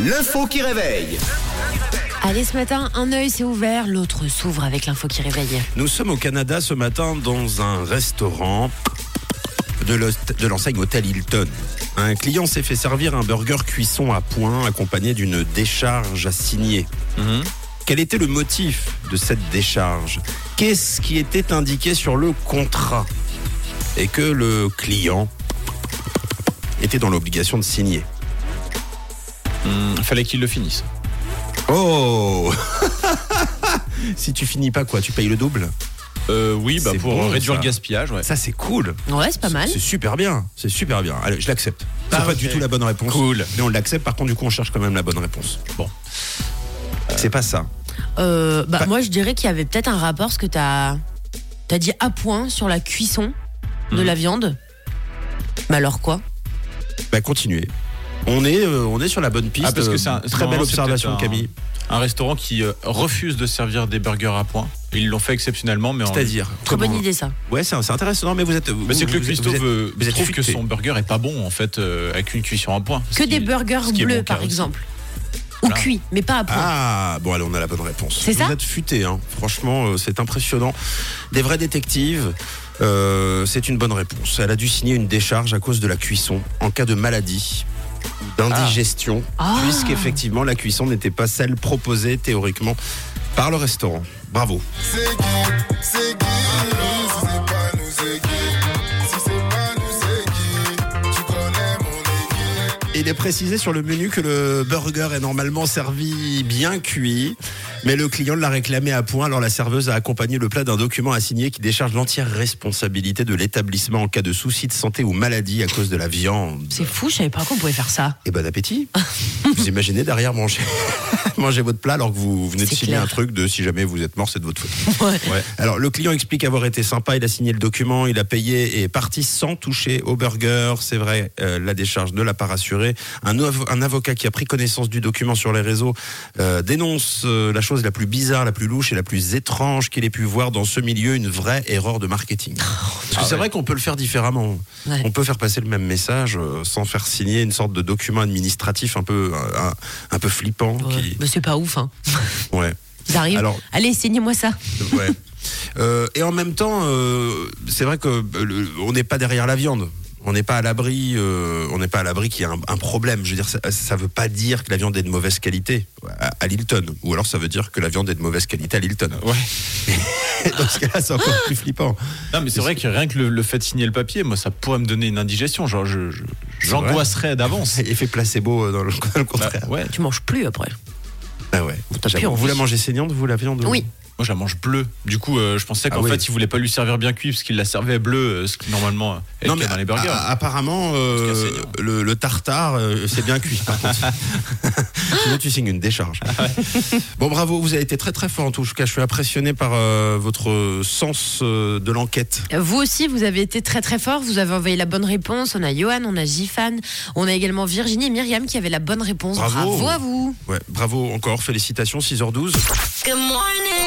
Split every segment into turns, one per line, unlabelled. L'info qui réveille.
Allez, ce matin, un œil s'est ouvert, l'autre s'ouvre avec l'info qui réveille.
Nous sommes au Canada ce matin dans un restaurant de l'hôte- de l'enseigne Hôtel Hilton. Un client s'est fait servir un burger cuisson à point accompagné d'une décharge à signer. Quel était le motif de cette décharge Qu'est-ce qui était indiqué sur le contrat Et que le client était dans l'obligation de signer. Hum,
Il fallait qu'il le finisse.
Oh Si tu finis pas quoi, tu payes le double
Euh, oui, bah
C'est
pour
bon,
réduire
ça.
le gaspillage, ouais.
Ça c'est cool
Ouais, c'est pas mal.
C'est super bien, c'est super bien. Allez, je l'accepte. C'est
Ah,
pas
ok.
du tout la bonne réponse.
Cool.
Mais on l'accepte, par contre, du coup, on cherche quand même la bonne réponse. Bon. C'est pas ça.
Euh, bah,
Bah-
moi, je dirais qu'il y avait peut-être un rapport, parce que t'as as dit à point sur la cuisson de
Mhm.
la viande. Mais alors quoi
Bah, continuez. On est, euh, on est sur la bonne piste.
Ah, parce que c'est un-
Euh, très
non,
belle
c'est
observation,
peut-être un- Ah
Camille.
Un restaurant qui euh, refuse de servir des burgers à point. Ils l'ont fait exceptionnellement, mais en-
C'est-à-dire.
Très
comment-
bonne idée, ça.
Ouais, c'est c'est intéressant. Non, mais vous êtes.
Bah, c'est que le
vous-
cuistot
vous êtes-
veut-
vous êtes
trouve que
futé.
son burger est pas bon en fait euh, avec une cuisson à point. Ce
Que
qui-
des burgers
ce qui est
bleus,
bon,
par
car-
exemple. Ou
Voilà.
cuits, mais pas à point.
Ah, bon, allez, on a la bonne réponse.
C'est
vous
ça
êtes futé, hein. franchement, euh, c'est impressionnant. Des vrais détectives, euh, c'est une bonne réponse. Elle a dû signer une décharge à cause de la cuisson en cas de maladie ou d'indigestion,
Ah.
puisqu'effectivement la cuisson n'était pas celle proposée théoriquement par le restaurant. Bravo.
c'est qui C'est qui Si c'est pas nous, c'est qui Si c'est pas nous, c'est qui Tu connais mon équipe.
Il est précisé sur le menu que le burger est normalement servi bien cuit, mais le client l'a réclamé à point, alors la serveuse a accompagné le plat d'un document à signer qui décharge l'entière responsabilité de l'établissement en cas de souci de santé ou maladie à cause de la viande.
C'est fou, je savais pas qu'on pouvait faire ça.
Et bon appétit Vous imaginez derrière manger, manger votre plat alors que vous venez de
C'est
signer
clair.
un truc de si jamais vous êtes mort, c'est de votre faute.
Ouais.
Alors le client explique avoir été sympa, il a signé le document, il a payé et est parti sans toucher au burger. C'est vrai, euh, la décharge ne l'a pas rassuré. Un, av- un avocat qui a pris connaissance du document sur les réseaux euh, dénonce euh, la chose la plus bizarre, la plus louche et la plus étrange qu'il ait pu voir dans ce milieu, une vraie erreur de marketing. Parce que
Ah
c'est
ouais.
vrai qu'on peut le faire différemment.
Ouais.
On peut faire passer le même message euh, sans faire signer une sorte de document administratif un peu, euh, un, un- un peu flippant.
Ouais.
qui-
Mais c'est pas ouf, hein.
ouais.
Ils arrivent.
Alors-
Allez, saignez-moi ça.
Ouais. Euh, et en même temps, euh, c'est vrai que euh, le- on n'est pas derrière la viande. On n'est pas à l'abri. euh, on n'est pas à l'abri qu'il y a un, un problème. Je veux dire, ça, ça veut pas dire que la viande est de mauvaise qualité à, à Lilton, ou alors ça veut dire que la viande est de mauvaise qualité à Lilton.
Ouais.
Dans ce cas-là, c'est encore plus flippant.
Non, mais c'est vrai que rien que le, le fait de signer le papier, moi, ça pourrait me donner une indigestion. Genre, je- je- j'angoisserais d'avance.
Effet placebo euh, dans le, dans
Bah,
le contraire.
ouais.
Tu manges plus après.
Bah ouais.
T'as plus
J'avoue.
envie.
Vous la mangez saignante, vous la viande
Oui.
Moi, je la mange bleue. Du coup, euh, je pensais qu'en
Ah oui.
fait, il voulait pas lui servir bien cuit parce qu'il la servait bleue, euh, ce qui normalement euh, est
Non
le
mais
cas dans les burgers.
a- apparemment euh,
Parce qu'il y a saignant.
le, le tartare euh, c'est bien cuit par contre. Sinon tu signes une décharge.
Ah
bon bravo, vous avez été très très fort en tout cas. Je suis impressionné par euh, votre sens euh, de l'enquête.
Vous aussi, vous avez été très très fort. Vous avez envoyé la bonne réponse. On a Johan, on a Gifan, on a également Virginie et Myriam qui avaient la bonne réponse.
Bravo.
Bravo à vous.
Ouais, bravo encore, félicitations 6h12.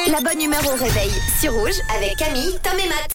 La bonne humeur au réveil sur Rouge avec Camille, Tom et Matt.